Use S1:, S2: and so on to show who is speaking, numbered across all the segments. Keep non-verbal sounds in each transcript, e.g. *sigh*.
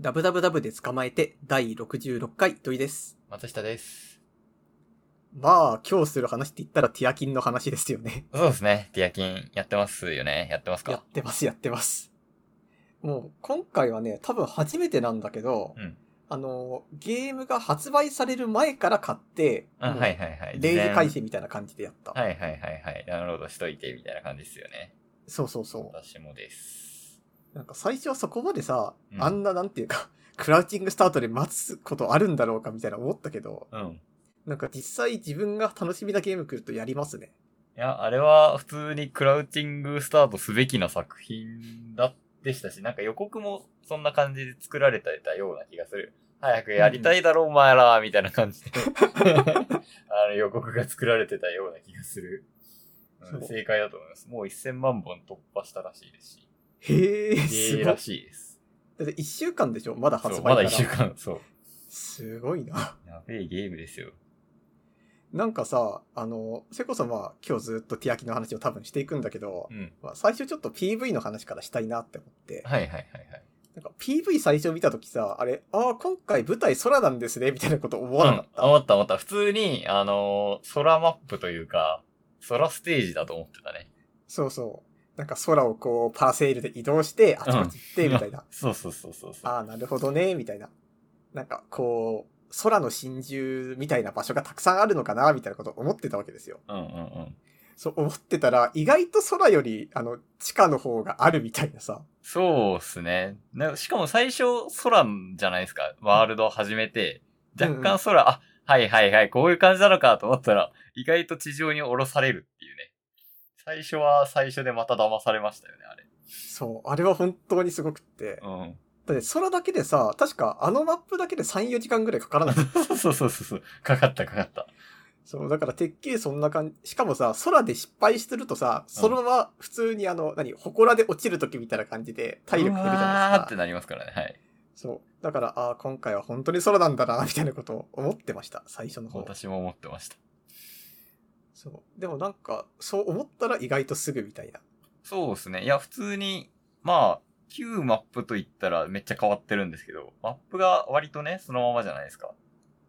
S1: ダブダブダブで捕まえて第66回土井です。
S2: 松下です。
S1: まあ、今日する話って言ったらティアキンの話ですよね。
S2: そうですね。ティアキンやってますよね。やってます
S1: やっ
S2: か
S1: てます、やってます。もう、今回はね、多分初めてなんだけど、
S2: うん
S1: あの、ゲームが発売される前から買って、
S2: あ、
S1: もう
S2: はいはいはい。
S1: レイ
S2: 事
S1: ズ
S2: 前
S1: 改正みたいな感じでやった。
S2: はいはいはいはい。ダウンロードしといてみたいな感じですよね。
S1: そうそうそう。
S2: 私もです。
S1: なんか最初はそこまでさ、
S2: うん
S1: あんななんていうか、 *laughs* クラウチングスタートで待つことあるんだろうかみたいな思ったけど、
S2: うん。
S1: なんか実際自分が楽しみなゲーム来るとやりますね。
S2: いや、あれは普通にクラウチングスタートすべきな作品だでしたし、なんか予告もそんな感じで作られてたような気がする。早くやりたいだろ、お前らみたいな感じで。あの予告が作られてたような気がする。うん
S1: そう
S2: 正解だと思います。もう1000万本突破したらしいですし。
S1: へえ、す
S2: え
S1: ご
S2: え
S1: い。
S2: らしいです。
S1: だって1週間でしょまだ
S2: そ
S1: 発売
S2: う、まだ
S1: から
S2: 一週間、そう。
S1: すごいな。
S2: やべえゲームですよ。
S1: なんかさ、あの、それこそまあ今日ずっとティアキの話を多分していくんだけど、
S2: うん。
S1: まあ、最初ちょっと PV の話からしたいなって思って、
S2: はいはいはいはい。
S1: なんか PV 最初見たときさ、あれ、ああ、今回舞台空なんですね、みたいなこと思わなかった。
S2: うん、思った思った。普通に、あのー空マップというか、空ステージだと思ってたね。
S1: そうそう。なんか空をこうパラセールで移動して、あちこち行って、みたいな。
S2: そうそうそうそうそう。
S1: ああ、なるほどね、みたいな。なんかこう、空の真珠みたいな場所がたくさんあるのかな、みたいなこと思ってたわけですよ。
S2: うんうんうん。
S1: そう思ってたら、意外と空より、あの、地下の方があるみたいなさ。
S2: そうっすね。なしかも最初、空じゃないですか。ワールド始めて、若干空、あ、はいはいはい、こういう感じなのかと思ったら、意外と地上に降ろされるっていうね。最初は最初でまた騙されましたよね、あれ。
S1: そう、あれは本当にすごくって。
S2: うん。
S1: だって空だけでさ、確かあのマップだけで3、4時間ぐらいかからない。 *laughs*
S2: そうそうそうそう。かかったかかった。
S1: そう、だからてっきりそんな感じ。しかもさ、空で失敗するとさ、そのまま普通にあの、何、祠で落ちるときみたいな感じで体力減るじゃ
S2: うわー
S1: ないで
S2: って
S1: すか。
S2: なりますからね。はい。
S1: そう。だから、ああ、今回は本当に空なんだな、みたいなことを思ってました。最初の方。
S2: 私も思ってました。
S1: そう。でもなんか、そう思ったら意外とすぐみたいな。
S2: そうですね。いや、普通に、まあ、旧マップと言ったらめっちゃ変わってるんですけど、マップが割とね、そのままじゃないですか。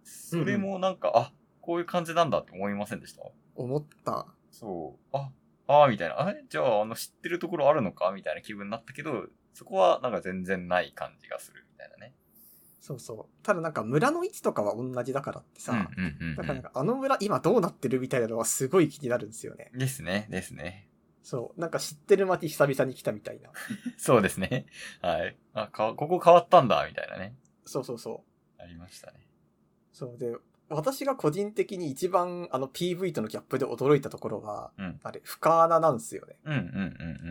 S2: それもなんか、あ、こういう感じなんだって思いませんでした
S1: 思った。
S2: そう。あ、あーみたいな。あれじゃあ、あの、知ってるところあるのかみたいな気分になったけど、そこはなんか全然ない感じがするみたいなね。
S1: そうそう。ただなんか村の位置とかは同じだからってさ、
S2: うんうんうん、
S1: だからなん
S2: う
S1: かあの村今どうなってるみたいなのはすごい気になるんですよね。
S2: ん。ですね、ですね。
S1: そう。なんか知ってる街久々に来たみたいな。
S2: そうですね。はい。あ、か、ここ変わったんだ、みたいなね。
S1: そうそうそう。
S2: ありましたね。
S1: そうで、私が個人的に一番あの PV とのギャップで驚いたところは、
S2: うん
S1: あれ、深穴なんですよね。
S2: うんうんう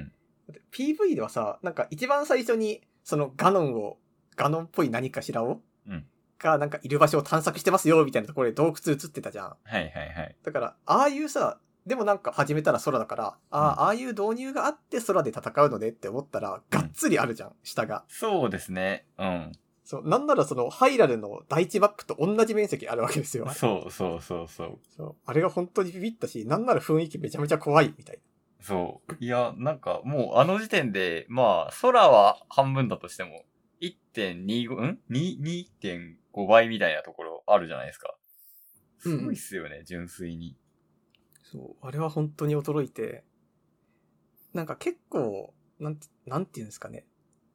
S2: ん
S1: だって PV ではさ、なんか一番最初にそのガノンを、ガノンっぽい何かしらを、
S2: うん
S1: がなんかいる場所を探索してますよみたいなところで洞窟映ってたじゃん。
S2: うん。はいはいはい。
S1: だから、ああいうさ、でもなんか始めたら空だから、ああ、
S2: うん
S1: ああいう導入があって空で戦うのねって思ったら、がっつりあるじゃん、下が。
S2: そうですね。うん。
S1: そう、なんならそのハイラルの第一マップと同じ面積あるわけですよ。
S2: そうそうそうそう。
S1: そう。あれが本当にビビったし、なんなら雰囲気めちゃめちゃ怖いみたい
S2: そう。いや、なんかもうあの時点で、まあ、空は半分だとしても、1.25、んに ?2.5 倍みたいなところあるじゃないですか。すごいっすよね、純粋に。
S1: な。そう。あれは本当に驚いて、なんか結構、なんて、なんていうんですかね。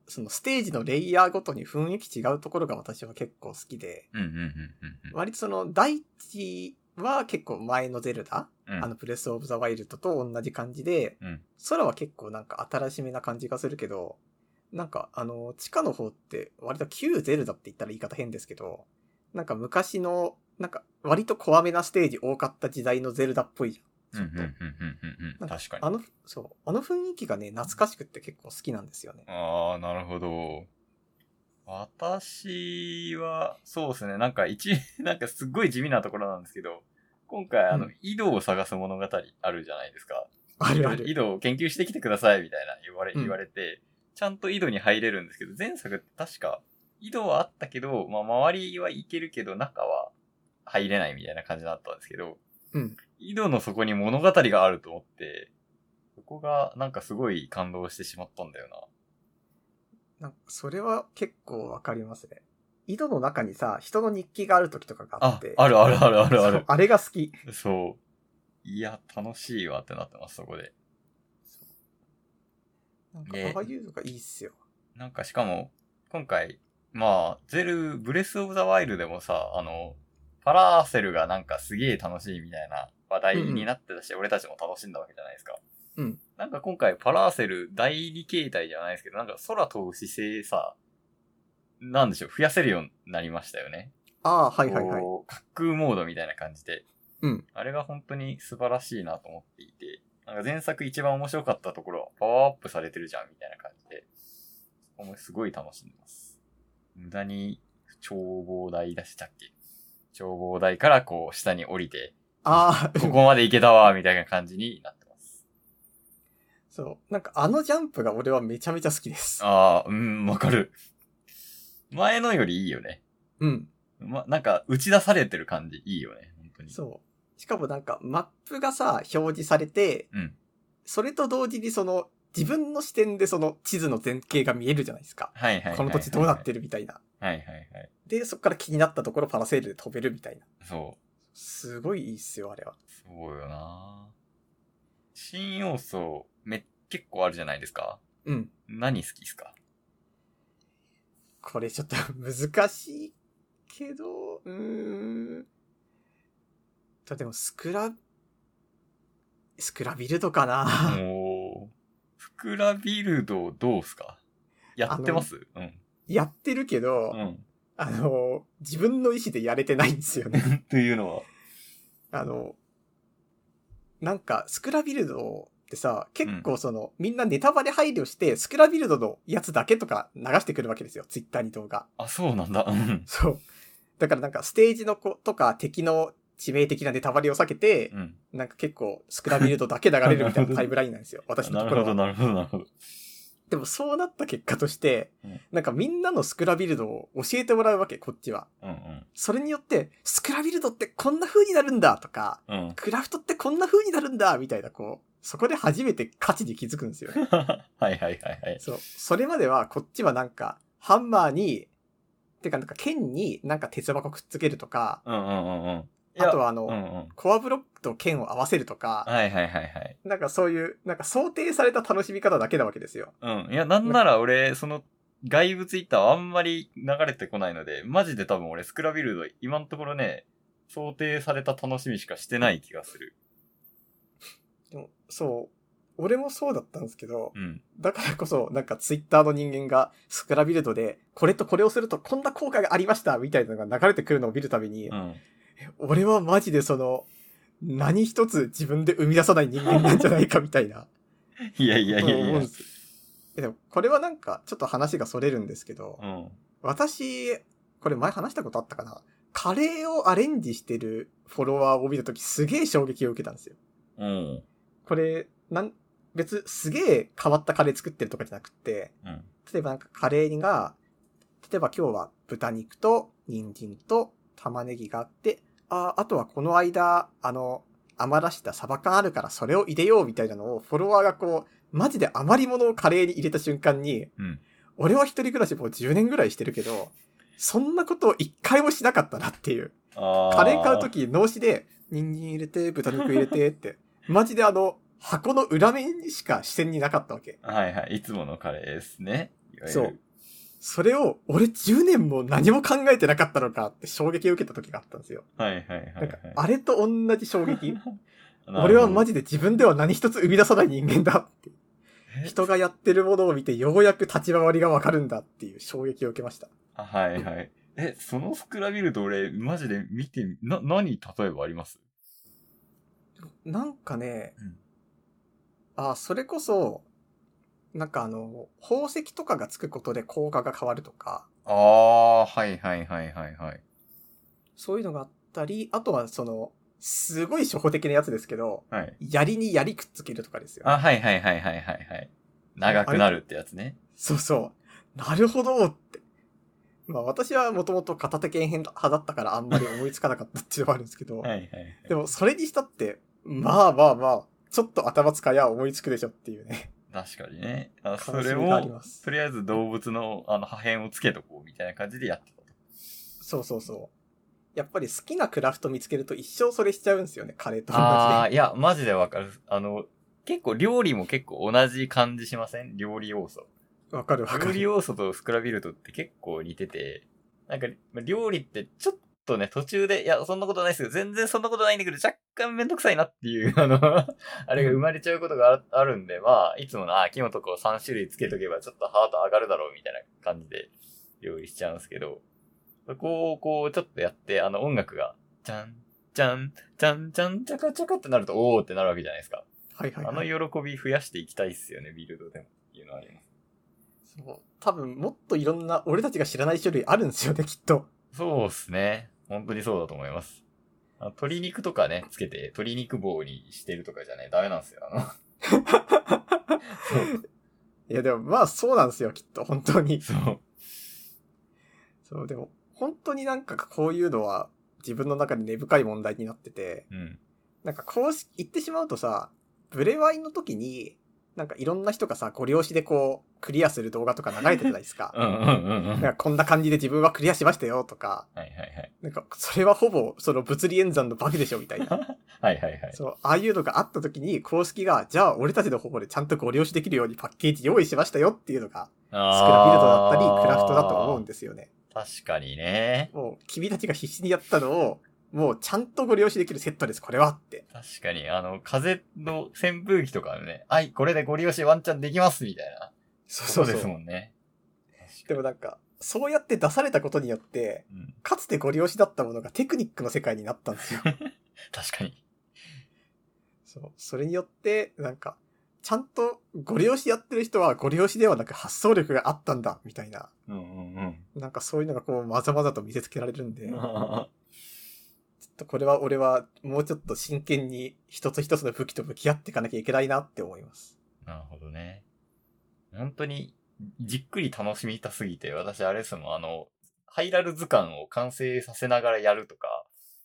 S1: そのステージのレイヤーごとに雰囲気違うところが私は結構好きで、
S2: うんうんうん
S1: 割とその第一は結構前のゼルダ
S2: うんうん。
S1: あの、プレスオブザワイルドと同じ感じで、
S2: うん
S1: 空は結構なんか新しめな感じがするけど、なんかあの、地下の方って割と旧ゼルダって言ったら言い方変ですけど、なんか昔の、なんか割と怖めなステージ多かった時代のゼルダっぽいじゃ。
S2: うんん
S1: ち
S2: うんうん
S1: ょ
S2: う
S1: っと
S2: んうん。確かに。
S1: あの、そう、あの雰囲気がね、懐かしくって結構好きなんですよね。
S2: ああ、なるほど。私は、そうですね、なんか一、 *laughs* なんかすっごい地味なところなんですけど、今回、あの、
S1: う
S2: 井戸を探す物語あるじゃないですか。
S1: あるある
S2: 井。戸を研究してきてください、みたいな言われ、
S1: うん
S2: 言われて、ちゃんと井戸に入れるんですけど、前作って確か、井戸はあったけど、まあ、周りは行けるけど、中は入れないみたいな感じだったんですけど、
S1: うん
S2: 井戸の底に物語があると思って、そこがなんかすごい感動してしまったんだよな。
S1: なんかそれは結構わかりますね。井戸の中にさ、人の日記がある時とかがあ
S2: あ
S1: っ、て。
S2: あるあるあるあるあ
S1: そう
S2: る。
S1: あれが好き。
S2: そう。いや、楽しいわってなってます、そこで。
S1: なんか
S2: ね、
S1: ああいうのがいいっすよ。
S2: なんかしかも、今回、まあ、ゼル、ブレスオブザワイルでもさ、あの、パラーセルがなんかすげえ楽しいみたいな話題になってたし、俺たちも楽しんだわけじゃないですか。
S1: うん。
S2: なんか今回パラーセル第二形態じゃないですけど、なんか空飛ぶ姿勢さ、なんでしょう、増やせるようになりましたよね。
S1: ああ、はいはいはい。
S2: こう滑空モードみたいな感じで。
S1: うん。
S2: あれが本当に素晴らしいなと思っていて、なんか前作一番面白かったところはパワーアップされてるじゃんみたいな感じで、ここもすごい楽しんでます。無駄に眺望台出したっけ眺望台からこう下に降りて、
S1: ああ、
S2: ここまで行けたわみたいな感じになってます。
S1: *laughs* そう。なんかあのジャンプが俺はめちゃめちゃ好きです。
S2: ああ、うん、わかる。前のよりいいよね。
S1: うん。
S2: ま、なんか打ち出されてる感じいいよね、本当に。
S1: そう。しかもなんかマップがさ、表示されて、
S2: うん
S1: それと同時にその、自分の視点でその地図の前景が見えるじゃないですか。
S2: はいはいはいはい。
S1: この土地どうなってるみたいな。
S2: はいはいはい。
S1: で、そっから気になったところパラセールで飛べるみたいな。
S2: そう。
S1: すごいいいっすよ、あれは。
S2: そうよな新要素、め、結構あるじゃないですか。
S1: うん。
S2: 何好きですか
S1: これちょっと難しいけど、うーん。と、でもスクラ、スクラビルドかな。
S2: もう、ふくらビルドどうすかやってますうん。
S1: やってるけど、
S2: うん。
S1: あの、自分の意思でやれてないんですよね。
S2: というのは。
S1: あの、なんか、スクラビルドってさ、結構その、みんなネタバレ配慮して、スクラビルドのやつだけとか流してくるわけですよ、ツイッターに動画。
S2: あ、そうなんだ。うん。
S1: そう。だからなんか、ステージの子とか敵の致命的なネタバレを避けて、
S2: うん。
S1: なんか結構、スクラビルドだけ流
S2: *laughs*
S1: れるみたいなタイムラインなんですよ、私の
S2: な
S1: と
S2: る
S1: こ
S2: ほ
S1: ろ
S2: ど、
S1: は。
S2: なるほど、なるほど。
S1: でもそうなった結果として
S2: うん、
S1: なんかみんなのスクラビルドを教えてもらうわけ、こっちは。
S2: うんうん。
S1: それによって、スクラビルドってこんな風になるんだとか、
S2: うん。 *laughs*
S1: クラフトってこんな風になるんだみたいな、こう、そこで初めて価値に気づくんですよ
S2: *laughs*
S1: ね。
S2: はいはいはいはい。
S1: そう。それまではこっちはなんか、ハンマーに、てかなんか剣になんか鉄箱くっつけるとか、
S2: うんうんうんうん。
S1: あと
S2: は、
S1: はあの、
S2: うんうん。
S1: コアブロックと剣を合わせるとか、
S2: はいはいはいはい。
S1: なんかそういう、なんか想定された楽しみ方だけなわけですよ。
S2: うん。いや、なんなら俺、その、外部ツイッターはあんまり流れてこないので、マジで多分俺、スクラビルド、今のところね、想定された楽しみしかしてない気がする。
S1: でも、そう。俺もそうだったんですけど、
S2: うん。
S1: だからこそ、なんかツイッターの人間がスクラビルドで、これとこれをするとこんな効果がありましたみたいなのが流れてくるのを見るたびに、
S2: うん。
S1: 俺はマジでその、何一つ自分で生み出さない人間なんじゃないかみたいな。
S2: いやいやいやい
S1: 思う
S2: や
S1: んで。すえでも、これはなんか、ちょっと話がそれるんですけど、
S2: うん。
S1: 私、これ前話したことあったかなカレーをアレンジしてるフォロワーを見たときすげえ衝撃を受けたんですよ。
S2: うん。
S1: これ、なん、別、すげえ変わったカレー作ってるとかじゃなくって、
S2: うん。
S1: 例えばなんかカレーが、例えば今日は豚肉と人参と玉ねぎがあって、ああとはこの間、あの、余らしたサバ缶あるからそれを入れようみたいなのをフォロワーがこう、マジで余り物をカレーに入れた瞬間に、
S2: うん
S1: 俺は一人暮らしもう10年ぐらいしてるけど、そんなことを一回もしなかったなっていう。
S2: あ
S1: カレー買うと
S2: き。
S1: き、脳死で、人参入れて、豚肉入れてって、マジであの、箱の裏面にしか視線になかったわけ。
S2: はいはい。いつものカレーですね。いわゆる
S1: そう。それを、俺10年も何も考えてなかったのかって衝撃を受けた時があったんですよ。
S2: はいはいはい、は
S1: なん
S2: い
S1: か、。あれと同じ衝撃
S2: *laughs* なるほど
S1: 俺はマジで自分では何一つ生み出さない人間だって。
S2: え
S1: 人がやってるものを見てようやく立ち回りがわかるんだっていう衝撃を受けました。
S2: あはいはい。え、そのスクラビルド俺、マジで見てみ、な、何、例えばあります
S1: なんかね、
S2: うん
S1: あ、それこそ、なんかあの、宝石とかがつくことで効果が変わるとか、
S2: ああ、はいはいはいはいはい。
S1: そういうのがあったり、あとはその、すごい初歩的なやつですけど、
S2: はい。
S1: 槍に槍くっつけるとかですよ。
S2: あ、はいはいはいはいはいはい。長くなるってやつね。
S1: そうそう。なるほどって。まあ私はもともと片手剣編派だったからあんまり思いつかなかったっていうのもあるんですけど、
S2: はいはいはい。
S1: でもそれにしたって、まあまあまあ、ちょっと頭使いや思いつくでしょっていうね。
S2: 確かにね。あそ
S1: 悲し
S2: れ
S1: みがあり
S2: を、
S1: ます
S2: と。りあえず動物のあの破片をつけとこうみたいな感じでやってたと。
S1: そうそうそう。やっぱり好きなクラフト見つけると一生それしちゃうんですよね、カレーと同
S2: あ
S1: じ
S2: あ、
S1: で。
S2: いや、マジでわかる。あの、結構料理も結構同じ感じしません料理要素。
S1: わかるわか
S2: 料理
S1: る。
S2: 要素とスクラビルトって結構似てて、なんかま料理ってちょっとね、途中で、いや、そんなことないですけど、全然そんなことないんだけど、若干めんどくさいなっていう、あの、あれが生まれちゃうことがああるんで、まあ、いつもの、あ、キモとこう3種類つけとけばちょっとハート上がるだろうみたいな感じで料理しちゃうんですけど、そこをこう、ちょっとやって、あの音楽が、じゃん、じゃん、じゃん、じゃん、ちゃかちゃかってなると、おーってなるわけじゃないですか。
S1: はいはい、
S2: あの
S1: はい。
S2: 喜び増やしていきたいっすよね、ビルドでも。いうのはあります。
S1: そう多分もっといろんな俺たちが知らない種類あるんですよね、きっと。
S2: そうですね。本当にそうだと思います。あの鶏肉とかね、つけて、鶏肉棒にしてるとかじゃね、ダメなんですよ。あの *laughs* そう
S1: いやでもまあそうなんですよ、きっと、本当に。
S2: そう。
S1: そう、でも本当になんかこういうのは自分の中で根深い問題になってて、
S2: うん。
S1: なんかこうし言ってしまうとさ、ブレワイの時に、なんかいろんな人がさ、ご了承でこう、クリアする動画とか流れてたじゃないですか
S2: *laughs* う。んうんうんうん。
S1: なん
S2: はい
S1: かこんな感じで自分はクリアしましたよとか、
S2: はいはい。
S1: なんかそれはほぼその物理演算のバグでしょみたいな。
S2: はいはいはい。
S1: そう、ああいうのがあった時に公式が、じゃあ俺たちの方法でちゃんとご了承できるようにパッケージ用意しましたよっていうのが、スクラビルドだったりクラフトだと思うん
S2: で。
S1: ですよね。
S2: 確かにね。
S1: もう君たちが必死にやったのを、もうちゃんとご了承できるセットです、これはって。
S2: 確かに、あの、風の扇風機とかね、はい、これでご利用しワンチャンできますみたいな。
S1: そ
S2: そうですもんね。
S1: でもなんか、そうやって出されたことによって、
S2: うん、
S1: かつてご利用しだったものがテクニックの世界になったん
S2: *laughs*
S1: ですよ。
S2: 確かに。
S1: そう。それによって、なんか、ちゃんとご利用しやってる人はご利用しではなく発想力があったんだ、みたいな。
S2: うんうん
S1: なんかそういうのがこう、まざまざと見せつけられるんで、
S2: う
S1: ち
S2: ん
S1: ょっ。とこれは俺はもうちょっと真剣に一つ一つの武器と向き合っていかなきゃいけないなって思います。
S2: なるほどね。本当に、じっくり楽しみたすぎて、私あれですもん、あの、ハイラル図鑑を完成させながらやるとか、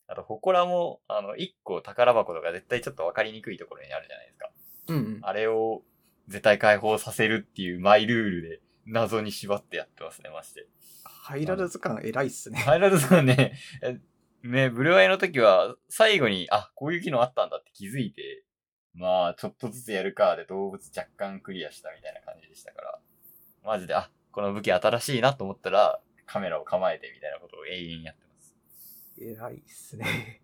S2: あと、祠も、あの、一個宝箱とか絶対ちょっとわかりにくいところにあるじゃないですか。
S1: うんうん。
S2: あれを絶対解放させるっていうマイルールで謎に縛ってやってますね、まして。
S1: ハイラル図鑑偉いっすね。
S2: ハイラルさんね、えね、ブルワイの時は最後に、あ、こういう機能あったんだって気づいて、まあ、ちょっとずつやるかで動物若干クリアしたみたいな感じでしたから、マジで、あ、この武器新しいなと思ったら、カメラを構えてみたいなことを永遠やってます。
S1: 偉いっすね。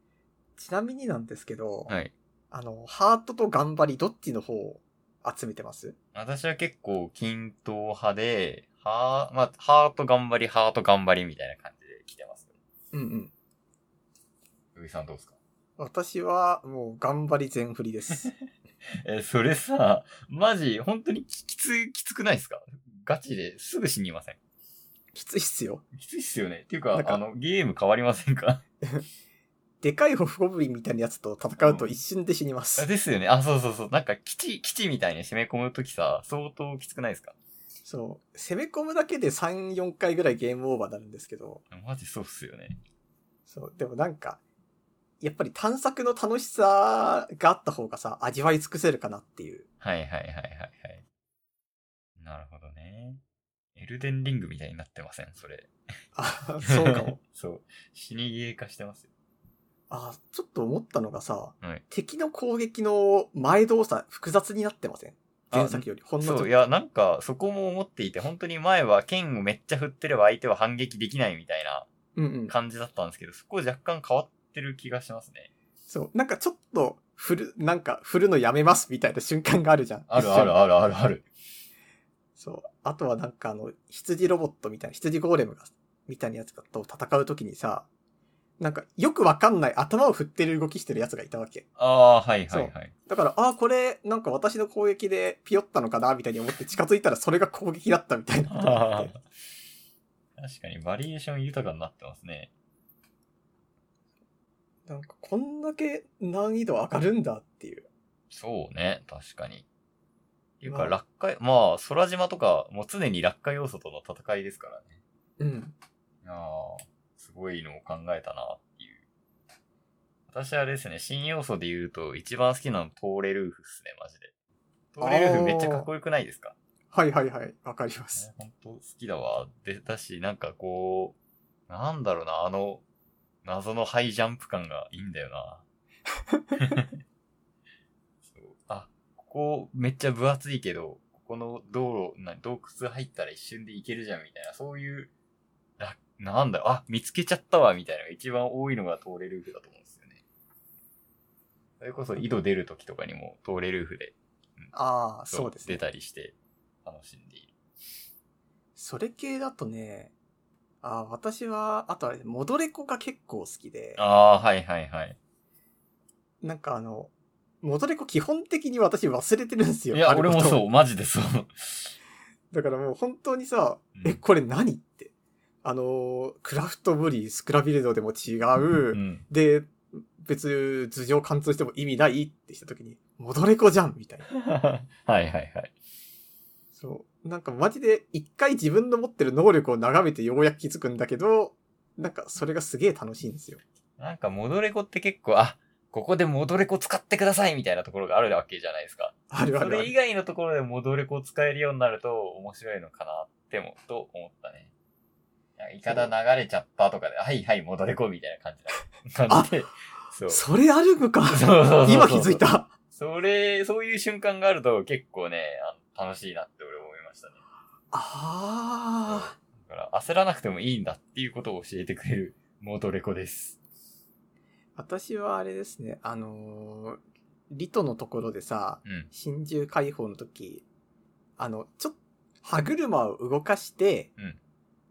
S1: *laughs* ちなみになんですけど、
S2: はい。
S1: あの、ハートと頑張りどっちの方を集めてます
S2: 私は結構均等派で、はー、まあ、ハート頑張り、ハート頑張りみたいな感じで来てます。
S1: うんうん。
S2: うぎさんどうですか
S1: 私はもう頑張り全振り *laughs* です。
S2: え、それさ、マジ、本当にききつ、きつくないですかガチですぐ死にません。
S1: きついっすよ。
S2: きついっすよね。っていうか、
S1: なんか
S2: あの、ゲーム変わりません
S1: *laughs*
S2: か
S1: でかいホフゴブリンみたいなやつと戦うと一瞬で死にます。
S2: ですよね。あ、そうそうそう。なんか、基地、基地みたいに攻め込むときさ、相当きつくないですか
S1: そう。攻め込むだけで3、4回ぐらいゲームオーバーになるんですけど、
S2: マジそうっすよね。
S1: そう。でもなんか、やっぱり探索の楽しさがあった方がさ、味わい尽くせるかなっていう。
S2: はいはいはいはいはい。なるほどね。エルデンリングみたいになってませんそれ。
S1: あ、そう *laughs* かも。。
S2: そう。死にゲー化してますよ。
S1: あ、ちょっと思ったのがさ、
S2: はい
S1: 敵の攻撃の前動作複雑になってません
S2: あ
S1: 前作より。ほんのちょっ
S2: そ
S1: と
S2: う、いや、なんか、そこも思っていて、本当に前は剣をめっちゃ振ってれば相手は反撃できないみたいな
S1: うんうん。
S2: 感じだったんですけど、そこ若干変わってる気がしますね。
S1: そう。なんかちょっと、振る、なんか振るのやめますみたいな瞬間があるじゃん。
S2: あるある
S1: る。
S2: あるあるある。
S1: そう。あとはなんかあの、羊ロボットみたいな、羊ゴーレムが、みたいなやつと戦うときにさ、なんかよくわかんない頭を振ってる動きしてるやつがいたわけ。
S2: ああー、はいはいはい。
S1: だから、ああ、これ、なんか私の攻撃でピヨったのかなみたいに思って近づいたらそれが攻撃だったみた
S2: *laughs*
S1: いなことがあって。
S2: 確かにバリエーション豊かになってますね。
S1: なんかこんだけ難易度上がるんだっていう。
S2: そうね、確かに。っていう
S1: ま
S2: か、
S1: あ
S2: 落下、まあ、空島とか、もう常に落下要素との戦いですからね。
S1: うん。
S2: いやーすごいのを考えたなっていう。私あれですね、新要素で言うと、一番好きなのトーレルーフっすね、マジで。トトレルフめっちゃかっこよくないですか
S1: はいはいはい。わかります。
S2: 本当好きだわ。で、だし、なんかこう、なんだろうな、あの、謎のハイジャンプ感がいいんだ
S1: *laughs*
S2: よな。そうあ、ここめっちゃ分厚いけど、ここの道路、な洞窟入ったら一瞬で行けるじゃんみたいな、そういう、ななんだ、あ、見つけちゃったわみたいなのが一番多いのがトーレルーフだと思うんですよね。それこそ井戸出るときとかにもトーレルーフで
S1: ああ、そうです
S2: 出
S1: ね。
S2: たりして楽しんでいる。
S1: それ系だとね、あー私は、あとあれ、戻れ子が結構好きで、
S2: ああー、はいはいはい。
S1: なんかあの、戻れ子基本的に私忘れてるんですよ。
S2: いや、
S1: あるこ
S2: 俺
S1: と
S2: もそう、マジでそう。
S1: だからもう本当にさ、
S2: うん
S1: え、これ何って。あのー、クラフトブリー、スクラビルドでも違う、
S2: うん。 *laughs*
S1: で、別、頭上貫通しても意味ないってした時に、戻れ子じゃんみたいな。
S2: はいはいはい。
S1: そう。なんかマジで、一回自分の持ってる能力を眺めてようやく気づくんだけど、なんかそれがすげえ楽しいんですよ。
S2: なんか、戻れ子って結構、あ、ここで戻れ子使ってくださいみたいなところがあるわけじゃないですか。
S1: あるあ
S2: そ
S1: るあ
S2: れ以
S1: る。
S2: 外のところで戻れ子を使えるようになると面白いのかなっても、と思ったね。いや、イカダ流れちゃったとかで、はいはい、戻れ子みたいな感じ
S1: *laughs*
S2: だ。感じで。そう。
S1: それあるのか。
S2: そうそうそうそう
S1: 今気づいた。
S2: それ、そういう瞬間があると結構ね、あの楽しいなって俺思いましたね。
S1: あー。
S2: だから、焦らなくてもいいんだっていうことを教えてくれる、戻れ子です。
S1: 私はあれですね、あのー、リトのところでさ、
S2: うん。
S1: 真珠解放の時、あの、ちょっと、歯車を動かして、
S2: うん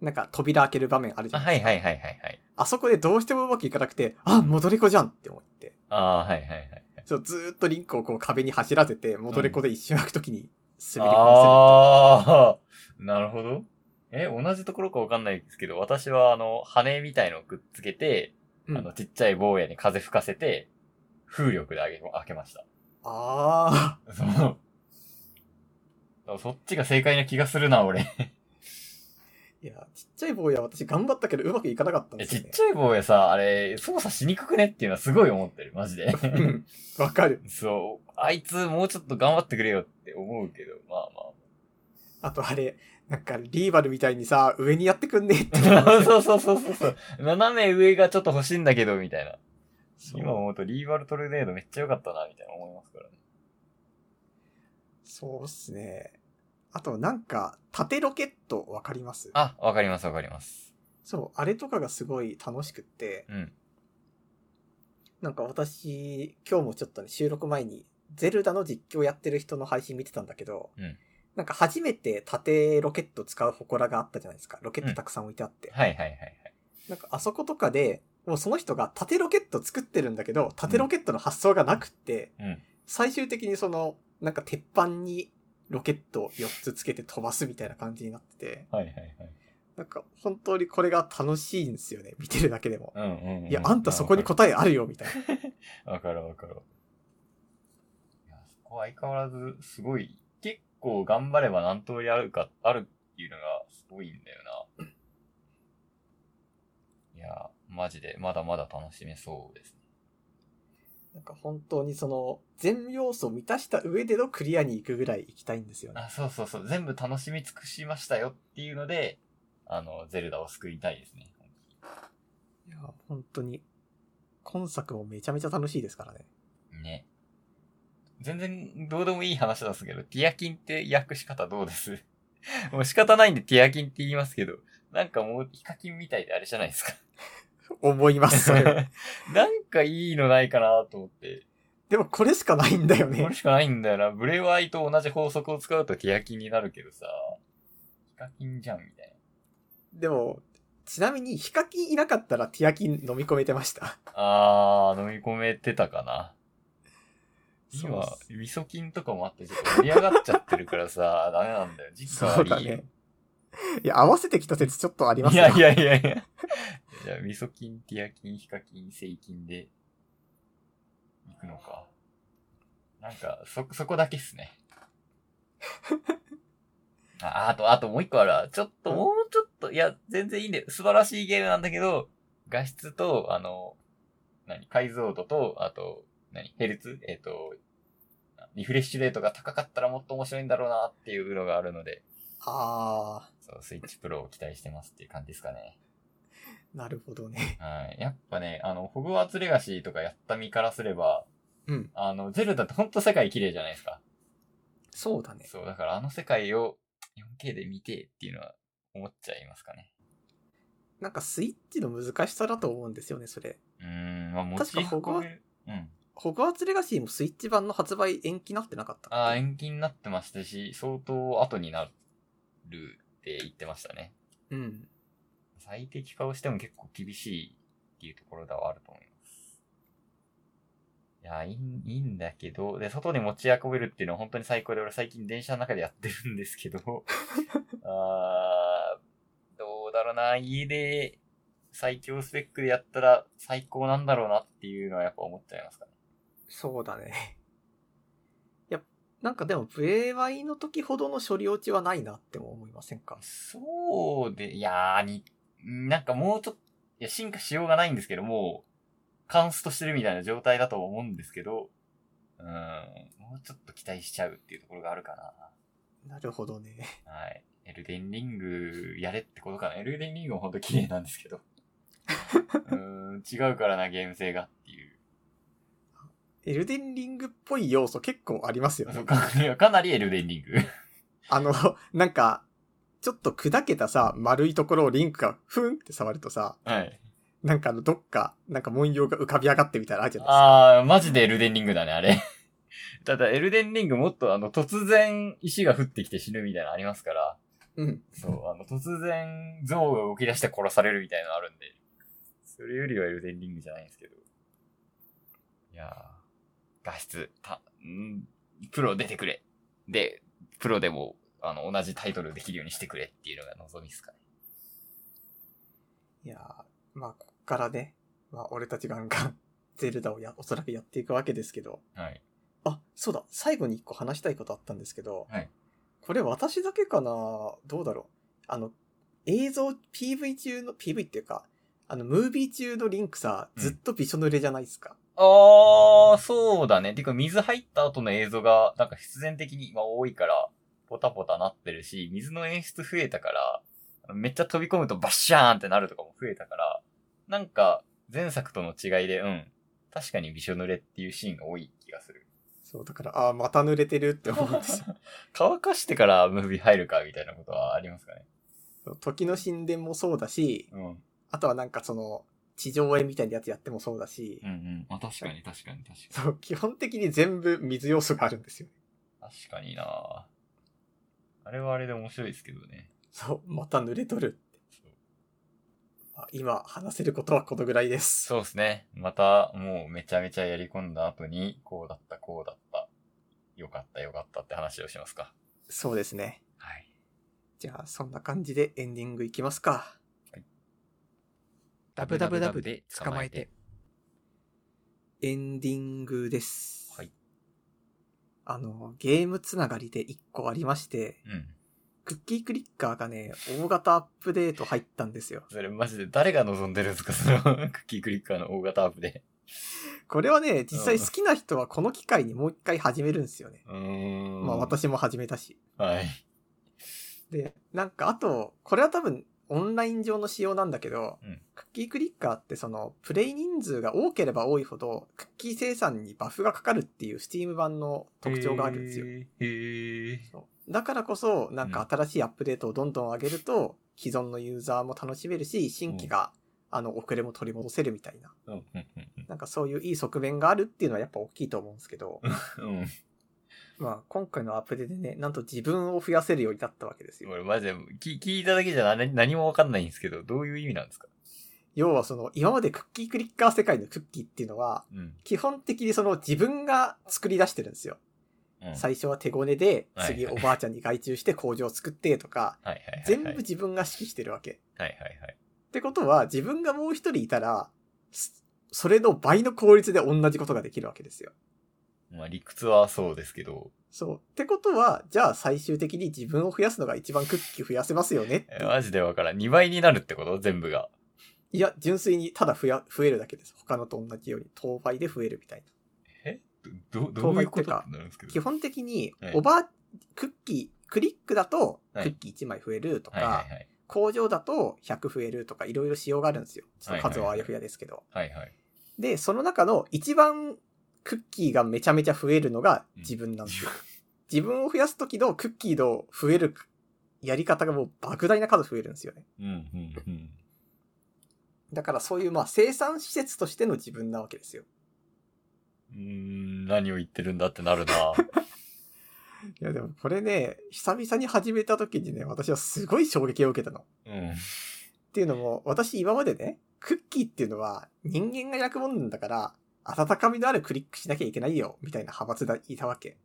S1: なんか扉開ける場面あるじ
S2: あ
S1: ゃん。
S2: はいはいはいはいはい。
S1: あそこでどうしてもうまくいかなくて、あ、戻り子じゃんって思って。
S2: ああー、はいはいはい。
S1: そう、ずーっとリンクをこう壁に走らせて、戻り子で一瞬開く時に滑り込ま
S2: ああ、 *laughs* なるほど。え、同じところかわかんないですけど、私はあの、羽みたいのをくっつけて、
S1: せる。
S2: あ
S1: うん
S2: の、ちっちゃい坊やに風吹かせて、風力であげ、開けました。 *laughs*
S1: あ
S2: その、そっちが正解な気がするな、俺。
S1: ー。いや、ちっちゃい坊や私頑張ったけどうまくいかなかったん
S2: え
S1: です
S2: ち
S1: よ、
S2: っ
S1: ね。
S2: ちゃい坊やさ、あれ、操作しにくくねっていうのはすごい思ってる、マジ
S1: *laughs*
S2: で。
S1: うん。わかる。
S2: そう、あいつもうちょっと頑張ってくれよって思うけど、まあまあ。
S1: あとあれ、なんかリーバルみたいにさ、上にやってくんねって
S2: *laughs* そうそうそうそうそう。斜め上がちょっと欲しいんだけど、みたいな。
S1: そう
S2: 今思うとリーバルトルネードめっちゃ良かったな、みたいな思いますからね。
S1: そうっすね。あとなんか、縦ロケットわかります
S2: あ、わかりますわかります。
S1: そう、あれとかがすごい楽しくって、
S2: うん。
S1: なんか私、今日もちょっとね、収録前に、ゼルダの実況やってる人の配信見てたんだけど、
S2: うん
S1: なんか初めて縦ロケット使う祠があったじゃないですか。ロケットたくさん置いてあって。
S2: はいはいはいはい。
S1: なんかあそことかで、もうその人が縦ロケット作ってるんだけど、縦ロケットの発想がなくって、
S2: うん。
S1: 最終的にその、なんか鉄板にロケットを4つつけて飛ばすみたいな感じになってて、
S2: はいはいはい。
S1: なんか本当にこれが楽しいんですよね。見てるだけでも。
S2: うんうん、うん。
S1: いや、あんたそこに答えあるよ、みたいな。
S2: わかるわかる。いや、そこは相変わらず、すごい、結構頑張れば何通りあるか、あるっていうのが、すごいんだよな。いや、マジで、まだまだ楽しめそうですね。
S1: なんか本当にその、全要素を満たした上でのクリアに行くぐらい行きたいんですよね。
S2: あ、そうそうそう。全部楽しみ尽くしましたよっていうので、あの、ゼルダを救いたいですね。
S1: いや、本当に。今作もめちゃめちゃ楽しいですからね。
S2: ね。全然どうでもいい話なんですけど、ティアキンって訳し方どうです *laughs* もう仕方ないんでティアキンって言いますけど、なんかもうヒカキンみたいであれじゃないですか。
S1: 思い
S2: *laughs*
S1: ます、それは
S2: なんかいいのないかなと思って。
S1: でもこれしかないんだよ
S2: こ
S1: ね
S2: れ。しかないんだよな。ブレワイと同じ法則を使うとティアキンになるけどさ、ヒカキンじゃんみたいな。
S1: でも、ちなみにヒカキンいなかったらティアキン飲み込めてました。
S2: あー、飲み込めてたかな。今
S1: そうっ、す
S2: 味噌菌とかもあって、ちょっと盛り上がっちゃってるからさ、 *laughs* ダメなんだよ。時期が
S1: そう
S2: 悪い
S1: だ
S2: よ
S1: ね。いや、合わせてきた説ちょっとあります
S2: い
S1: よ
S2: やいやいやいや。じゃあ、味噌菌、ティア菌、ヒカ菌、セイ菌で、行くのか。なんか、そ、そこだけっ
S1: *laughs*
S2: すね。あ、あと、あともう一個あるわ。ちょっと、
S1: うん
S2: もうちょっと、いや、全然いいんだよ。素晴らしいゲームなんだけど、画質と、あの、何、解像度と、あと、何、ヘルツえっ、と、あリフレッシュレートが高かったらもっと面白いんだろうなっていうのがあるので、
S1: あ
S2: そう、スイッチプロを期待してますっていう感じですかね。
S1: ー、なるほどね。
S2: はい。やっぱね、あの、ホグワーツレガシーとかやった身からすれば、
S1: うん。
S2: あの、ゼルダってほんと世界綺麗じゃないですか。
S1: そうだね。
S2: そう、だからあの世界を 4K で見てっていうのは思っちゃいますかね。
S1: なんかスイッチの難しさだと思うんですよね、それ。
S2: うーん、まあ、持
S1: 確
S2: ち
S1: かホグワ
S2: 運べる。うん。
S1: ホグワーツレガシーもスイッチ版の発売延期なってなかったっけ
S2: ああ、延期になってましたし、相当後になるって言ってましたね。
S1: うん。
S2: 最適化をしても結構厳しいっていうところではあると思います。いや、いいいいんだけど、で、外に持ち運べるっていうのは本当に最高で、俺最近電車の中でやってるんですけど、あーどうだろうな、家で最強スペックでやったら最高なんだろうなっていうのはやっぱ思っちゃいますかね。
S1: そうだね。 *laughs* いや、なんかでも、ブレワイの時ほどの処理落ちはないなっても思いませんか
S2: そうで、いやーに、なんかもうちょっと、いや、進化しようがないんですけど、もう、カンストしてるみたいな状態だと思うんですけど、うーん、もうちょっと期待しちゃうっていうところがあるか
S1: なるほどね。 *laughs*
S2: な。はい。エルデンリングやれってことかな。エルデンリングもほんと綺麗なんですけど。うーん、違うからな、ゲーム性がっていう。
S1: エルデンリングっぽい要素結構ありますよ
S2: そ
S1: ね
S2: う。かいやかなりエルデンリング。
S1: *laughs* あの、なんか、ちょっと砕けたさ、丸いところをリンクがふんって触るとさ、
S2: はい。
S1: なんかあの、どっか、なんか文様が浮かび上がってみたいなのあるじゃないですか。
S2: あー、マジでエルデンリングだね、
S1: *laughs*
S2: あれ。ただ、エルデンリングもっとあの、突然石が降ってきて死ぬみたいなのありますから、
S1: うん。 *laughs*
S2: そう、あの、突然像が動き出して殺されるみたいなのあるんで、それよりはエルデンリングじゃないんですけど。いやー、画質、た、んプロ出てくれ。で、プロでも、あの、同じタイトルできるようにしてくれっていうのが望みですかね。
S1: いやーまあ、こっからね、まあ、俺たちがガンガン、 *laughs* ゼルダをや、おそらくやっていくわけですけど、
S2: はい。
S1: あ、そうだ、最後に一個話したいことあったんですけど、
S2: はい
S1: これ私だけかなどうだろうあの、映像、PV 中の、PV っていうか、あの、ムービー中のリンクさ、
S2: うん
S1: ずっとびしょ濡れじゃないですか。
S2: あー、そうだね。てか、水入った後の映像が、なんか必然的に今多いから、ポタポタなってるし、水の演出増えたから、めっちゃ飛び込むとバッシャーンってなるとかも増えたから、なんか、前作との違いで、うん。確かにびしょ濡れっていうシーンが多い気がする。
S1: そう、だから、ああ、また濡れてるって思うん
S2: *laughs*
S1: ですよ。
S2: 乾かしてからムービー入るか、みたいなことはありますかね。
S1: そう時の神殿もそうだし、
S2: うん。うん
S1: あとはなんかその、地上絵みたいなやつやってもそうだし、
S2: うん。まあ、確かに確かに確かに。
S1: そう、基本的に全部水要素があるんですよ。
S2: 確かになあれはあれで面白いですけどね。
S1: そう、また濡れとる。
S2: そう
S1: まあ今、話せることはこのぐらいです。
S2: そうですね。また、もうめちゃめちゃやり込んだ後に、こうだった、こうだった。よかった、よかったって話をしますか。
S1: そうですね。
S2: はい。
S1: じゃあ、そんな感じでエンディングいきますか。
S2: ダブダブダブで捕まえて。
S1: エンディングです。
S2: はい。
S1: あの、ゲームつながりで1個ありまして、
S2: うん。
S1: クッキークリッカーがね、大型アップデート入ったんですよ。
S2: それマジで誰が望んでるんですか *laughs* その、クッキークリッカーの大型アップで。
S1: これはね、実際好きな人はこの機会にもう一回始めるんですよね。
S2: うーん。
S1: まあ。私も始めたし。
S2: はい。
S1: で、なんかあと、これは多分オンライン上の仕様なんだけど、
S2: うん
S1: クッキークリッカーってその、プレイ人数が多ければ多いほど、クッキー生産にバフがかかるっていう Steam 版の特徴があるんですよ。
S2: へー。へー
S1: そうだからこそ、なんか新しいアップデートをどんどん上げると、既存のユーザーも楽しめるし、新規が、あの、遅れも取り戻せるみたいな。
S2: うん、うん、うん
S1: なんかそういういい側面があるっていうのはやっぱ大きいと思うんですけど、
S2: うん。
S1: まあ今回のアップデートでね、なんと自分を増やせるようになったわけです
S2: うん。
S1: よ。
S2: 俺マジで、聞聞いただけじゃ何何もわかんないんですけど、どういう意味なんですか
S1: 要はその、今までクッキークリッカー世界のクッキーっていうのは、
S2: うん。
S1: 基本的にその自分が作り出してるんですよ。
S2: うん
S1: 最初は手ごねで、
S2: はい
S1: 次おばあちゃんに外注して工場を作ってとか、
S2: はいはいはい。
S1: 全部
S2: はい
S1: 自分が指揮してるわけ。
S2: はいはい。
S1: ってことは、自分がもう一人いたら、すそれの倍の効率で同じことができるわけですよ。
S2: まあ理屈はそうですけど、
S1: そう。ってことは、じゃあ最終的に自分を増やすのが一番クッキー増やせますよねって
S2: えマジでわからん。2倍になるってこと全部が。
S1: いや、純粋にただ増や、増えるだけです。他のと同じように、当倍で増えるみたいな。
S2: えどど、どういうことってなるんですけど。
S1: 基本的に
S2: はい、
S1: おば、クッキー、クリックだと、ク
S2: はい
S1: ッキー1枚増えるとか、
S2: はいはいはい。
S1: 工場だと100増えるとか、いろいろ仕様があるんですよ。ちょっと数はあやふやですけど。
S2: はいはい。
S1: で、その中の一番クッキーがめちゃめちゃ増えるのが
S2: うん
S1: 自分なんですよ。自分を増やす時のクッキーの増えるやり方がもう莫大な数増えるんですよね。
S2: うんうんうん。
S1: だからそういうまあ生産施設としての自分なわけですよ。
S2: うーん、何を言ってるんだって
S1: *laughs*
S2: なるな
S1: いやでもこれね、久々に始めた時にね、私はすごい衝撃を受けたの。
S2: うん。
S1: っていうのも、私今までね、クッキーっていうのは人間が焼くもんなんだから、温かみのあるクリックしなきゃいけないよ、みたいな派閥だ、いたわけ。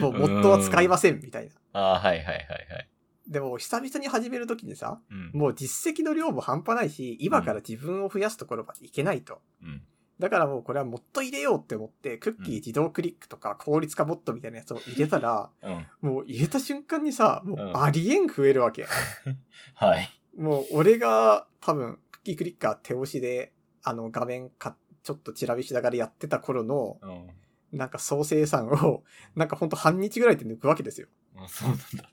S1: もう、モットは使いません、みたいな。
S2: *laughs* ああ、はいはいはいはい。
S1: でも、久々に始めるときにさ、
S2: うん。
S1: もう実績の量も半端ないし、今から自分を増やすところまでいけないと。
S2: うん。
S1: だからもうこれはもっと入れようって思って、クッキー自動クリックとか効率化ボットみたいなやつを入れたら、
S2: うん。
S1: もう入れた瞬間にさ、もううんありえん増えるわけ。
S2: はい。
S1: もう俺が多分、クッキークリッカー手押しで、あの画面か、ちょっとチラ見しながらやってた頃の、
S2: うん。
S1: なんか総生産を、 *laughs* なんかほんと半日ぐらいで抜くわけですよ。
S2: あそうなんだ。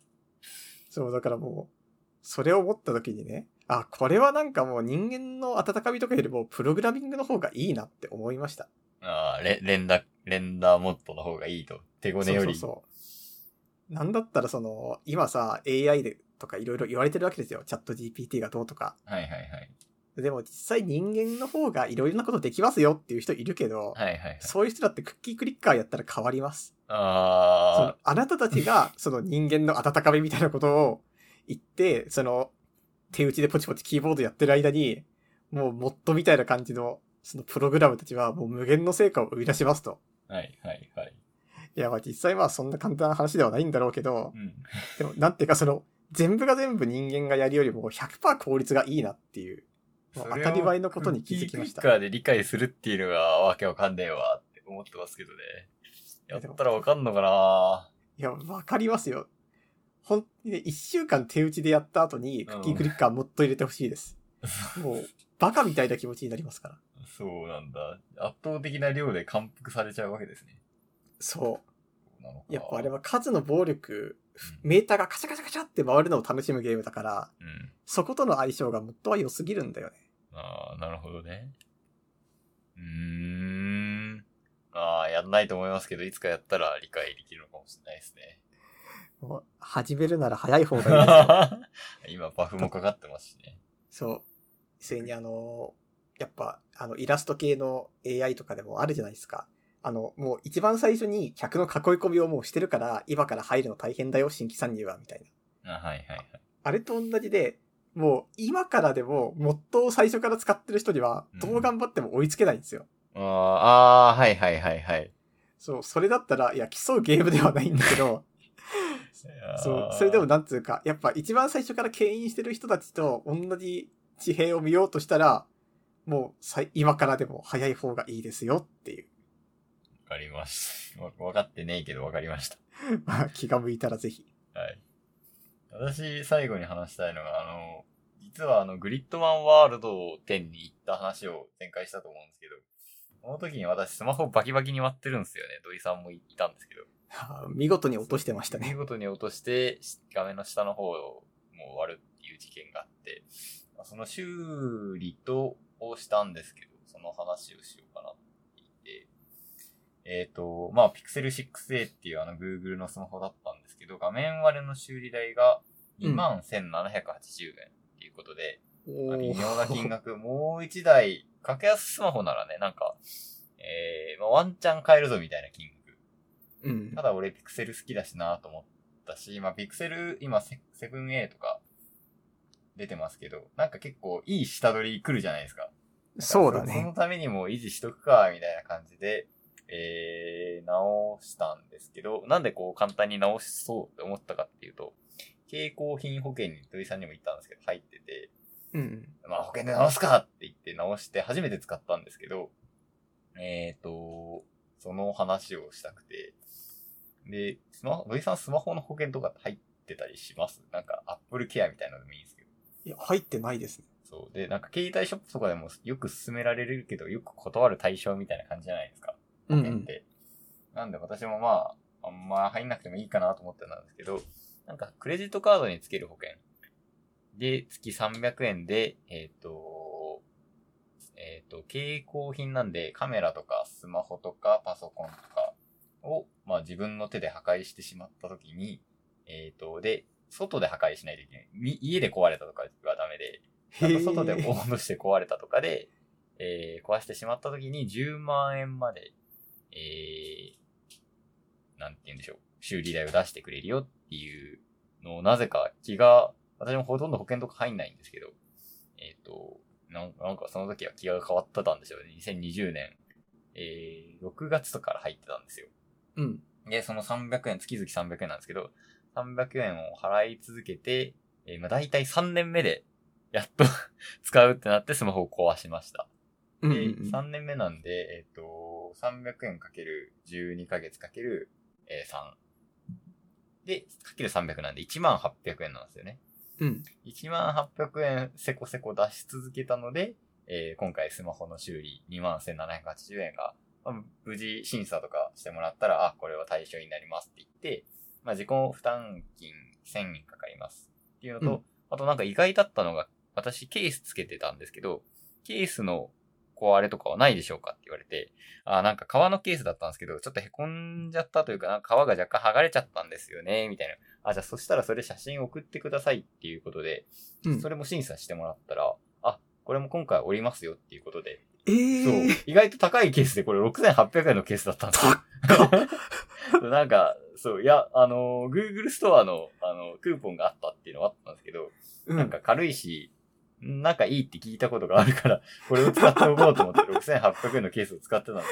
S1: そう、だからもう、それを思った時にね、あ、これはなんかもう人間の温かみとかよりもプログラミングの方がいいなって思いました。
S2: ああ、レ、レンダ、レンダーモッドの方がいいと。手ごねより。
S1: そうそうそう。なんだったらその、今さ、AI でとかいろいろ言われてるわけですよ。チャット GPT がどうとか。
S2: はいはいはい。
S1: でも実際人間の方がいろいろなことできますよっていう人いるけど、
S2: はいはいはい。
S1: そういう人だってクッキークリッカーやったら変わります。その
S2: あ
S1: あなたたちが、その人間の温かみみたいなことを言って、その、手打ちでポチポチキーボードやってる間に、もうモッドみたいな感じの、そのプログラムたちはもう無限の成果を生み出しますと。
S2: あ、はいはいはい。
S1: いや、まあ実際はそんな簡単な話ではないんだろうけど
S2: う、ん。
S1: でもなんていうかその、全部が全部人間がやるよりも100%効率がいいなっていう、もう当たり前のことに気づきました
S2: クッキークリッカーで理解するっていうのがわけわかんねえわって思ってますけどね。やったらわかんのかない
S1: や、わかりますよ。ほん、ね、一週間手打ちでやった後に、クッキークリッカーもっと入れてほしい *laughs* です。もう、バカみたいな気持ちになりますから。
S2: そうなんだ。圧倒的な量で感服されちゃうわけですね。
S1: そ
S2: そうなのか
S1: う。やっぱあれは数の暴力、
S2: うん
S1: メーターがカチャカチャカチャって回るのを楽しむゲームだから、
S2: うん。
S1: そことの相性がもっとは良すぎるんだよね。
S2: ああ、なるほどね。うーん。ああ、やんないと思いますけど、いつかやったら理解できるのかもしれないで
S1: *laughs*
S2: すね。
S1: もう、始めるなら早い方がいい *laughs* ですよ。
S2: 今、バフもかかってますしね。
S1: そう。それにあの、やっぱ、あの、イラスト系の AI とかでもあるじゃないですか。あの、もう一番最初に客の囲い込みをもうしてるから、今から入るの大変だよ、新規参入は、みたいな。
S2: あはいはいはい。
S1: あれと同じで、もう今からでも、モッドを最初から使ってる人には
S2: う、ん
S1: どう頑張っても追いつけないんですよ。
S2: ああ、あーはいはいはいはい。
S1: そう、それだったら、いや、競うゲームではないんだけど、そう、それでも
S2: な、
S1: なんつうか、やっぱ一番最初から牽引してる人たちと同じ地平を見ようとしたら、もうさい今からでも早い方がいいですよっていう。 *laughs*
S2: わかります。わわかってねえけどわかりました。
S1: まあ気が向いたらぜひ。
S2: はい。私、最後に話したいのが、あの、実はあの、グリッドマンワールド10に行った話を展開したと思うんですけど、この時に私、スマホバキバキに割ってるんですよね。土井さんもいたんですけど。
S1: はあ見事に落としてました
S2: 見
S1: ね。
S2: 事に落として、し画面の下の方をもう割るっていう事件があって、まあその修理と、をしたんですけど、その話をしようかなって言って、えっ、と、まあ、Pixel 6a っていうあの Google のスマホだったんですけど、画面割れの修理代が
S1: うん
S2: 21,780円っていうことで、まあ微妙な金
S1: が。
S2: 額、もう一台、格安スマホならね、なんか、えー、まあ、ワンチャン買えるぞみたいな金額
S1: うん
S2: た。だ俺ピクセル好きだしなと思ったし、まあピクセル今セ 7A とか出てますけど、なんか結構いい下取り来るじゃないですか。
S1: そうだ
S2: そ
S1: ね。
S2: のためにも維持しとくか、みたいな感じで、えー、直したんですけど、なんでこう簡単に直しそうって思ったかっていうと、携行品保険に土井さんにも言ったんですけど、入ってて、
S1: うん。
S2: まあ保険で直すかって言って直して初めて使ったんですけど、えっ、と、その話をしたくて、で、スマホ、土井さんスマホの保険とかって入ってたりしますなんか Apple Care みたいなのでもいいんですけど。
S1: いや、入ってないですね。
S2: そう。で、なんか携帯ショップとかでもよく勧められるけど、よく断る対象みたいな感じじゃないですか。保険って。なんで私もまあ、あんま入んなくてもいいかなと思ってたんですけど、なんかクレジットカードにつける保険で月300円で、えっ、と、えっ、と、携行品なんでカメラとかスマホとかパソコンとかを、まあ自分の手で破壊してしまった時に、えっ、と、で、外で破壊しないといけない。み家で壊れたとかはダメで、あと外で
S1: へー
S2: 落として壊れたとかで、えー壊してしまった時に10万円まで、えー、なんて言うんでしょう。修理代を出してくれるよっていうのをなぜか気が、私もほとんど保険とか入んないんですけど、えっ、となん、なんかその時は気が変わってたんでしょうね。2020年、えー、6月とかから入ってたんですよ。
S1: うん。
S2: で、その300円、月々300円なんですけど、300円を払い続けて、えーまあ大体3年目で、やっと *laughs* 使うってなってスマホを壊しました。
S1: う
S2: で、
S1: んうんうん。
S2: 3年目なんで、えっ、と、300円かける12ヶ月かける、え3。で、かける300なんで1800円なんですよね。
S1: うん。
S2: 1800円せこせこ出し続けたので、えー今回スマホの修理21780円が、まあ無事審査とかしてもらったら、あ、これは対象になりますって言って、まあ、自己負担金1000円かかりますっていうのと、
S1: うん
S2: あとなんか意外だったのが、私ケースつけてたんですけど、ケースの壊れとかはないでしょうかって言われて、あ、なんか革のケースだったんですけど、ちょっと凹んじゃったというか、なんか革が若干剥がれちゃったんですよね、みたいな。あ、じゃあそしたらそれ写真送ってくださいっていうことで、
S1: うん
S2: それも審査してもらったら、あ、これも今回おりますよっていうことで、
S1: え
S2: そう
S1: ー、。
S2: 意外と高いケースで、これ6800円のケースだったんですよ。そう *laughs* なんか、そう、いや、あのー、Google ストアの、あの、クーポンがあったっていうのはあったんですけど、
S1: うん
S2: なんか軽いし、なんかいいって聞いたことがあるから、 *laughs* これを使っておこうと思って6800円のケースを使ってたんで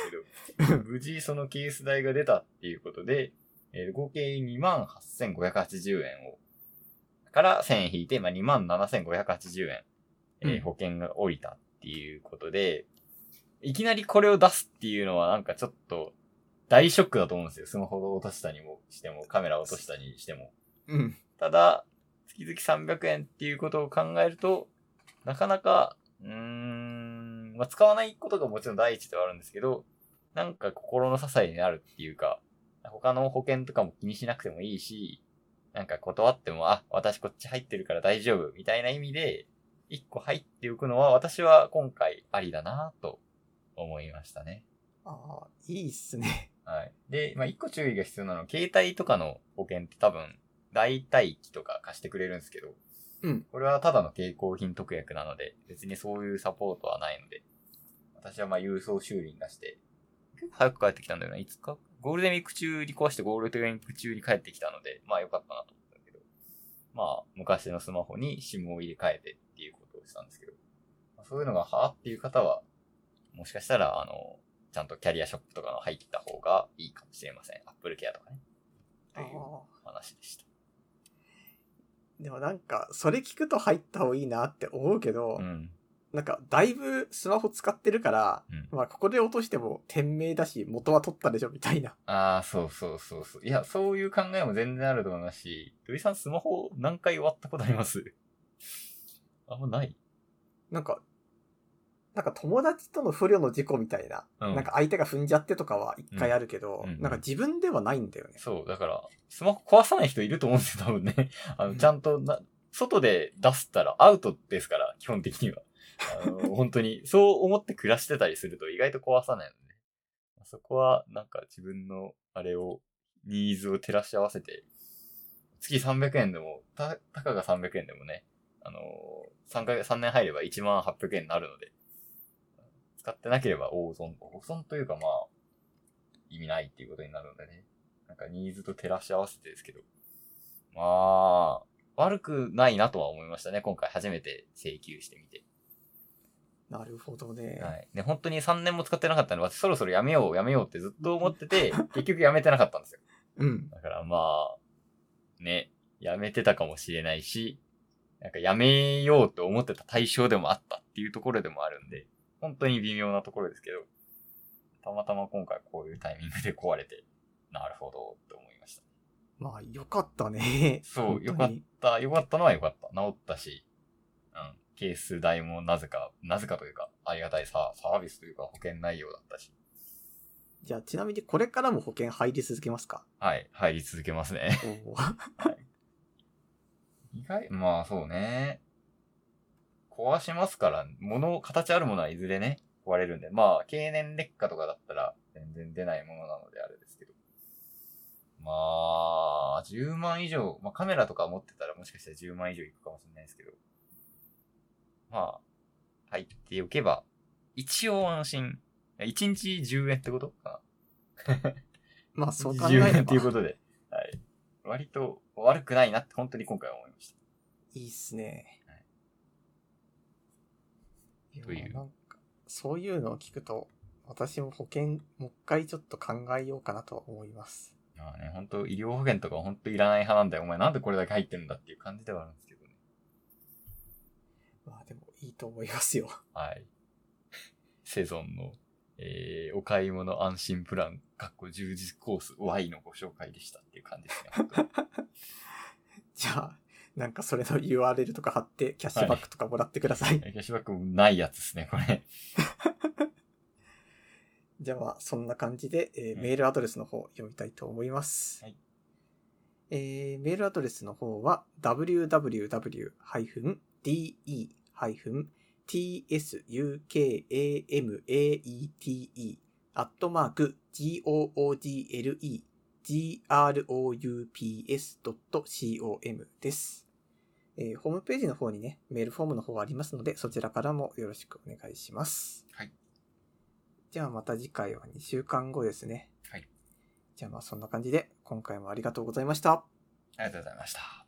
S2: すけど、無事そのケース代が出たっていうことで、えー合計28,580円を、から1000円引いて、まあ、27,580円、えー
S1: うん
S2: 保険が降りたっていうことで、いきなりこれを出すっていうのはなんかちょっと大ショックだと思うんですよ。スマホを落としたにもしても、カメラを落としたにしても。
S1: うん。
S2: ただ、月々300円っていうことを考えると、なかなか、うーん、まあ、使わないことがもちろん第一ではあるんですけど、なんか心の支えになるっていうか、他の保険とかも気にしなくてもいいし、なんか断っても、あ、私こっち入ってるから大丈夫、みたいな意味で、一個入っておくのは私は今回ありだなぁと思いましたね。
S1: ああ、いいっすね。
S2: はい。で、まあ、一個注意が必要なのは、携帯とかの保険って多分、代替機とか貸してくれるんですけど、
S1: うん。
S2: これはただの携行品特約なので、別にそういうサポートはないので、私はまあ、郵送修理に出して、結構早く帰ってきたんだよな、いつかゴールデンウィーク中に壊してゴールデンウィーク中に帰ってきたので、まあ、よかったなと思ったけど、まあ、昔のスマホに SIM を入れ替えてっていうことをしたんですけど、まあそういうのが、はぁっていう方は、もしかしたら、あの、ちゃんとキャリアショップとかの入った方がいいかもしれません。アップルケアとかね。と
S1: あ
S2: いう
S1: あ
S2: 話でした。
S1: でもなんか、それ聞くと入った方がいいなって思うけど、
S2: うん。
S1: なんか、だいぶスマホ使ってるから、
S2: うん。
S1: まあ、ここで落としても店名だし、元は取ったでしょ、みたいな。 *laughs*
S2: ああ、そうそうそうそう。いや、そういう考えも全然あると思いますし、土井さんスマホ何回割ったことありますあんまない
S1: なんか、なんか友達との不慮の事故みたいな、
S2: うん
S1: なんか相手が踏んじゃってとかは一回あるけど、
S2: うんうん
S1: なんか自分ではないんだよね。
S2: そう、だから、スマホ壊さない人いると思うんですよ、多分ね。あの、ちゃんとな、外で出したらアウトですから、基本的には。あの、本当に、そう思って暮らしてたりすると意外と壊さないので、ね。そこは、なんか自分の、あれを、ニーズを照らし合わせて、月300円でも、た、たかが300円でもね、あのー、3回、3年入れば1万800円になるので、使ってなければ大損、大損というかまあ、意味ないっていうことになるのでね。なんかニーズと照らし合わせてですけど。まあ、悪くないなとは思いましたね。今回初めて請求してみて。
S1: なるほどね。
S2: はい。で、本当に3年も使ってなかったので、私そろそろやめよう、やめようってずっと思ってて、結局やめてなかったんですよ。
S1: うん。
S2: だからまあ、ね、やめてたかもしれないし、なんかやめようと思ってた対象でもあったっていうところでもあるんで、本当に微妙なところですけど、たまたま今回こういうタイミングで壊れて、なるほど、と思いました。
S1: まあ、よかったね。
S2: *laughs* そう、よ
S1: 本
S2: か
S1: 当
S2: っ
S1: に
S2: た、よかったのはよかった。治ったし、うん、ケース代もなぜか、なぜかというか、ありがたいさサービスというか保険内容だったし、
S1: じゃあ、ちなみにこれからも保険入り続けますか
S2: はい、入り続けますね。
S1: おー *laughs*
S2: 意外、まあそうね。壊しますから、物、形あるものはいずれね、壊れるんで。まあ、経年劣化とかだったら全然出ないものなのであれですけど。まあ、10万以上、まあカメラとか持ってたらもしかしたら10万以上いくかもしれないですけど。まあ、入っておけば、一応安心。1日10円ってことかな
S1: まあ、そう考え
S2: 自由
S1: れ
S2: というこ
S1: ば
S2: とで、はい。割と悪くないなって本当に今回は思いまし
S1: いいっすね
S2: は。
S1: や
S2: という
S1: なんか、そういうのを聞くと、私も保険、もう一回ちょっと考えようかなとは思います。
S2: た。まあね、本当医療保険とか本当いらない派なんだよ。お前なんでこれだけ入ってるんだっていう感じではあるんですけどね。
S1: まあ、でも、いいと思いますよ。 *laughs*
S2: はい。 *laughs* セゾンの、えー、お買い物安心プラン、かっこ充実コース Y のご紹介でしたっていう感じですね本当に。
S1: じゃあ、なんかそれの URL とか貼って、キャッシュバックとかもらってください。
S2: キャッシュバックも *laughs* ないやつですね、これ。
S1: じゃあまあ、そんな感じで、えー
S2: うん
S1: メールアドレスの方読みたいと思います。
S2: はい
S1: えーメールアドレスの方は www-de-tsukamate アットマーク google.groups.com です。えーホームページの方にね、メールフォームの方ありますので、そちらからもよろしくお願いします。じゃあまた次回は2週間後ですね。
S2: はい。
S1: じゃあまあそんな感じで今回もありがとうございました。
S2: ありがとうございました。